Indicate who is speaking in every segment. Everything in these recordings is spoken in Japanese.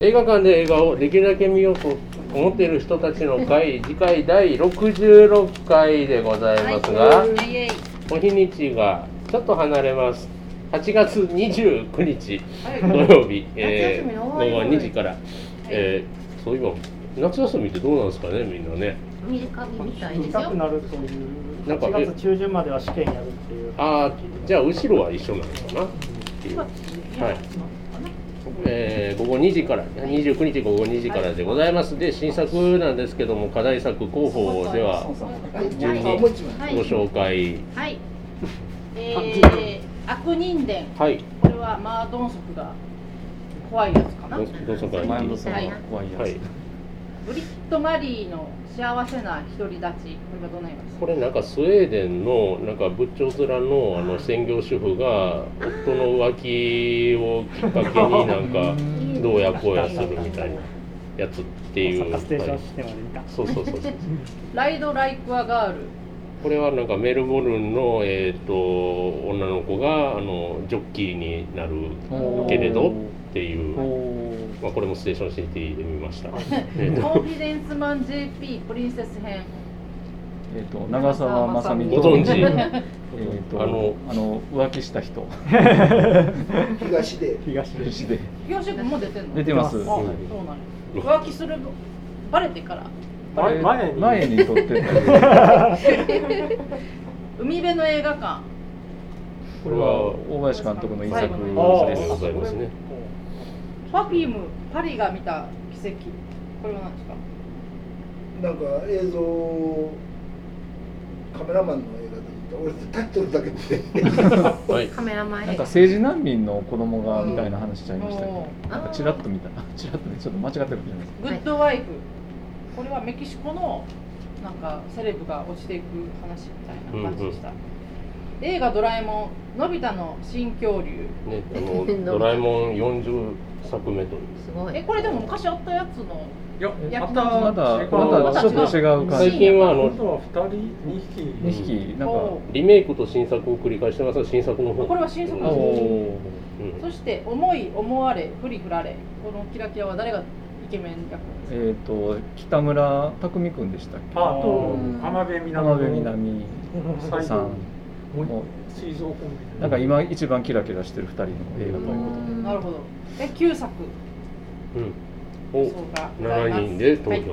Speaker 1: 映画館で映画をできるだけ見ようと思っている人たちの会次回第66回でございますが、
Speaker 2: いえい
Speaker 1: お日にちがちょっと離れます8月29日土
Speaker 2: はい
Speaker 1: 曜日、
Speaker 2: 夏
Speaker 1: え
Speaker 2: 休み
Speaker 1: ー、
Speaker 2: の
Speaker 1: 午後
Speaker 2: 終わり
Speaker 1: 2時から、えーそういえば夏休みってどうなんですかねみんなね
Speaker 2: 短みみたいです
Speaker 3: 短く
Speaker 2: よ
Speaker 3: なるという
Speaker 1: なんか
Speaker 3: 1月中旬までは試験やるっていう
Speaker 1: ああじゃあ後ろは一緒なのかなっていうはいえー午後2時から29日午後2時からでございますで新作なんですけども課題作候補では順にご
Speaker 2: はい
Speaker 1: 紹介
Speaker 2: はいえー、悪人伝
Speaker 1: はい
Speaker 2: これはマードンソクが怖いやつかな
Speaker 1: ごご紹介
Speaker 4: マインドソーが怖いやつ、
Speaker 1: はい
Speaker 2: ブリット・マリーの幸せな独り立ちこれがどうなります
Speaker 1: これなんかスウェーデンのなんか仏頂面のあの専業主婦が夫の浮気をきっかけになんかどうやこうやするみたいなやつってい
Speaker 3: サ
Speaker 1: う、
Speaker 3: カステーショ
Speaker 1: は
Speaker 3: ン
Speaker 1: い
Speaker 3: システムで見た
Speaker 1: そうそうそうそう
Speaker 2: ライド・ライク・ア・ガール
Speaker 1: これはなんかメルボルンの、えー、と女の子があのジョッキーになるけれどっていう、まあ、これもステーションシティで見ました。えーと
Speaker 2: コンフィデンスマン JP プリンセス編
Speaker 4: えっ、と長澤まさみ
Speaker 1: ご
Speaker 4: と
Speaker 1: 存知
Speaker 4: えーと
Speaker 1: あ
Speaker 4: あ
Speaker 1: の
Speaker 4: の浮気した人
Speaker 5: 東で
Speaker 3: 東で
Speaker 4: で
Speaker 2: 東君も出てんの
Speaker 4: 出てます。
Speaker 2: あそうなんや浮気するバレてから
Speaker 3: 前前に
Speaker 4: 前に撮って たや
Speaker 2: 海辺の映画館
Speaker 4: つこれは大林監督の一作
Speaker 1: あーあ
Speaker 4: で
Speaker 1: りがと
Speaker 4: す
Speaker 1: うございますね。
Speaker 2: パフィームパリが見た奇跡これは何ですか
Speaker 5: なんか映像カメラマンの映画で俺タイトルだ けで
Speaker 1: はい、
Speaker 6: カメラ前
Speaker 4: なんか政治難民の子供がみたいな話しちゃいましたけ
Speaker 2: お
Speaker 4: ど
Speaker 2: ー
Speaker 4: なんかチラッと見た チラッとねちょっと間違ってるかもしれないです
Speaker 2: グッドワイフこれはメキシコのなんかセレブが落ちていく話みたいな感じでした、映画「ドラえもんのび太の新恐竜
Speaker 1: ね、あのドラえもん40作目という。
Speaker 6: すご」い
Speaker 2: えこれでも昔あったやつの
Speaker 7: いや、
Speaker 2: いや
Speaker 7: また、
Speaker 4: まだまだちょっと違う感
Speaker 1: 最
Speaker 4: じ
Speaker 1: 近はあの
Speaker 7: 今度は二人、
Speaker 4: 2
Speaker 7: 二匹。
Speaker 4: 匹なんか
Speaker 2: お
Speaker 4: お
Speaker 1: リメイクと新作を繰り返してますが新作の方。
Speaker 2: これは新作
Speaker 1: うん
Speaker 2: ですね
Speaker 4: ー
Speaker 1: うん
Speaker 2: そして「思い思われ振り振られ」このキラキラは誰がイケメン役ですか
Speaker 4: えっ、と北村匠君でしたっけ
Speaker 7: あと、浜辺美
Speaker 4: 山
Speaker 7: 波。
Speaker 4: 辺美波さん
Speaker 7: もう、水蔵コンビ。
Speaker 4: なんか、今一番キラキラしてる2人の映画ということで
Speaker 2: なるほどえ9作
Speaker 1: うん。お、
Speaker 2: そうか
Speaker 1: 7人で投票。
Speaker 2: はい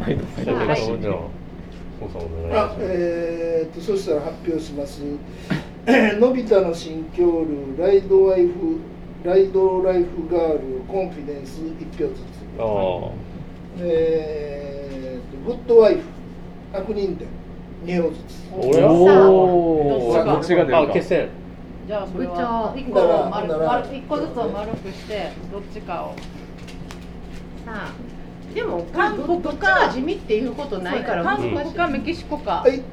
Speaker 4: 毎度
Speaker 1: じ
Speaker 4: 毎
Speaker 1: ゃ
Speaker 4: 度
Speaker 1: あ、
Speaker 4: おかしい
Speaker 1: じゃあ、おさんお願いしま
Speaker 5: あ
Speaker 1: す。
Speaker 5: えー、とそしたら発表します 「のび太の新恐竜ライドライフライドライフガールコンフィデンス」1票ずつ
Speaker 1: ああ、
Speaker 5: えー、とグッドワイフ悪人伝2票ずつ
Speaker 1: 俺は
Speaker 4: お
Speaker 2: さ
Speaker 4: ー
Speaker 2: あ
Speaker 4: どっちが出
Speaker 1: あ、
Speaker 4: るか
Speaker 1: 決 戦。
Speaker 2: じゃあそれ
Speaker 6: 部
Speaker 2: は
Speaker 6: 長
Speaker 2: 1個を
Speaker 5: ほん
Speaker 2: 丸
Speaker 5: なら
Speaker 2: 丸一個ずつを丸くしてどっちかを
Speaker 6: さあでも
Speaker 2: 韓
Speaker 6: 韓
Speaker 2: 国
Speaker 6: 国
Speaker 2: か
Speaker 6: か地味っていうことないから
Speaker 2: 韓
Speaker 6: 難し
Speaker 2: 国
Speaker 6: い
Speaker 2: かメキシコか、
Speaker 5: はいこ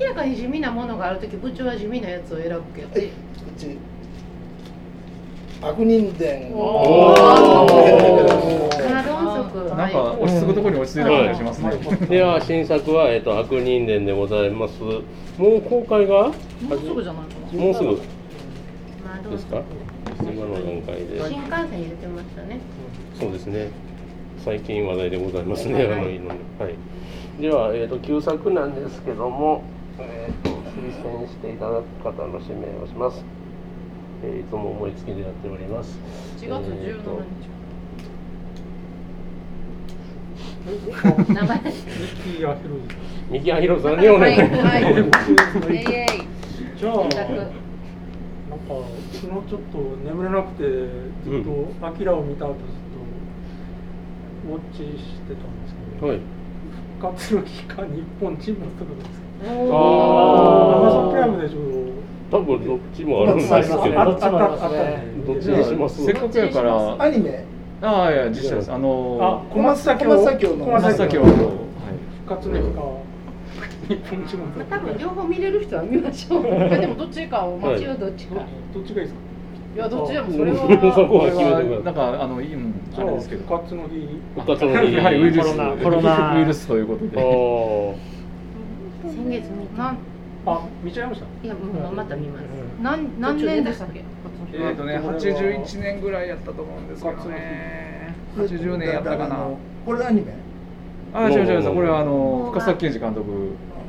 Speaker 6: 明らかに地味なものがあるとき部長は地味なやつを選ぶけど、
Speaker 5: はいっち悪人伝
Speaker 2: お
Speaker 1: ー
Speaker 6: カラドン足
Speaker 4: なんか落ち着くところに落ち着いた感じがしますね、
Speaker 1: では、新作は、えっと、悪人伝でございます。もう公開が。
Speaker 2: もうすぐじゃないかな
Speaker 1: もうすぐ
Speaker 6: まあどう
Speaker 1: ですか。今の段階で。
Speaker 6: 新幹線に出てましたね
Speaker 1: そうですね。最近話題でございますね。あのいいのにはい。では、えっ、と、旧作なんですけども。えっ、と、推薦していただく方の指名をします。えーいつも思いつきでやっております。
Speaker 2: 1月
Speaker 1: えーと
Speaker 2: 17
Speaker 6: 名前
Speaker 7: 二匹アヒル。
Speaker 1: 三木アヒロさん
Speaker 2: 日
Speaker 1: にお願い。
Speaker 2: はいはいイエイエイ
Speaker 7: じゃあ、な
Speaker 2: 新
Speaker 7: んか、
Speaker 2: 作
Speaker 7: 昨日ちょっと眠れなくて、ずっと、アキラを見た後、ずっと。ウォッチしてたんですけど。
Speaker 1: はい。
Speaker 7: 復活の期間、日本沈没とかです。アマゾン
Speaker 1: あ
Speaker 7: プライムでちょうど。
Speaker 1: あ、多分どっちもあるんですけど。
Speaker 3: あどっちもありますね
Speaker 1: どっち
Speaker 4: じゃ
Speaker 1: に
Speaker 4: あ
Speaker 1: します
Speaker 4: せっかくやから
Speaker 5: アニメ
Speaker 4: ああいや実写ですあの
Speaker 7: 小松左京
Speaker 5: 小松左京の
Speaker 7: 小松
Speaker 4: 松
Speaker 7: 左
Speaker 4: 崎
Speaker 7: 京
Speaker 4: は
Speaker 7: の
Speaker 4: はい
Speaker 7: 復活の日か日本一も
Speaker 6: 多分両方見れる人は見ましょう
Speaker 2: いやでもどっちかを
Speaker 1: は
Speaker 2: 待
Speaker 1: い
Speaker 2: ち
Speaker 6: 一応どっちか
Speaker 7: どっちがいいですか
Speaker 2: いやどっちでもそ れ
Speaker 1: そ
Speaker 2: は
Speaker 1: こは決めてく
Speaker 4: な
Speaker 1: だ
Speaker 4: ん
Speaker 1: さ
Speaker 4: かあのうんあれですけど
Speaker 7: 復活の日
Speaker 1: い。復活の日
Speaker 4: やはりウイルス
Speaker 3: コロナコロナ
Speaker 4: ウイルスということ
Speaker 1: あ
Speaker 4: で
Speaker 1: ー
Speaker 6: 先月見
Speaker 2: なん
Speaker 7: あ見ちゃいました
Speaker 6: いやもうまた見ます、
Speaker 2: 何何年でしたっけこっちの
Speaker 8: えっ、とね、81年ぐらいやったと思うんですけどね。80年やったかな。
Speaker 5: これアニメ
Speaker 4: あ違う違う違うこれはあの深作健二監督、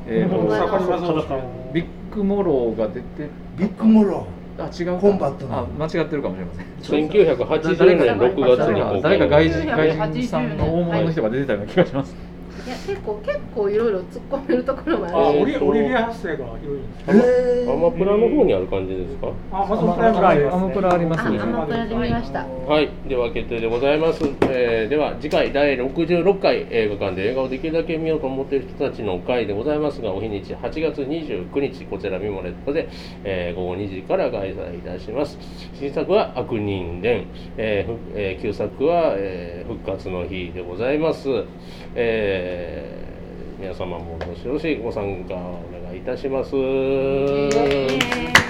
Speaker 4: えー
Speaker 6: もう
Speaker 4: と
Speaker 6: ま
Speaker 7: 盛りま
Speaker 3: そうだっ
Speaker 7: し
Speaker 3: た
Speaker 7: た
Speaker 3: の
Speaker 4: ビッグモローが出て
Speaker 5: ビッグモロ
Speaker 4: あ違うか
Speaker 5: コンバットの
Speaker 4: あ間違ってるかもしれません
Speaker 1: 1980年6月に公開
Speaker 4: 誰か外人
Speaker 2: 1980
Speaker 4: 外人さんの大物の人が出てたような気がします、
Speaker 6: いや結構結構いろいろ突っ込めるところ
Speaker 7: あ
Speaker 6: もあ
Speaker 1: え
Speaker 6: る
Speaker 1: ー
Speaker 7: オ
Speaker 1: と
Speaker 7: リオリビア発生がいるんです
Speaker 5: ーへ
Speaker 1: アマプラの方にある感じですか
Speaker 7: あマゾンプライムライブです
Speaker 4: ア
Speaker 7: ね
Speaker 4: マプラありま
Speaker 6: あ
Speaker 4: す
Speaker 6: ア
Speaker 4: ね
Speaker 6: マプラで見ました
Speaker 1: はい、では決定でございます、えーでは次回第66回映画館で映画をできるだけ見ようと思っている人たちの会でございますがお日にち8月29日こちらミモレットで、えー午後2時から開催いたします新作は「悪人伝」えーふえー旧作は、えー復活の日」でございます、えー皆様もどしどしご参加お願いいたします。
Speaker 2: えー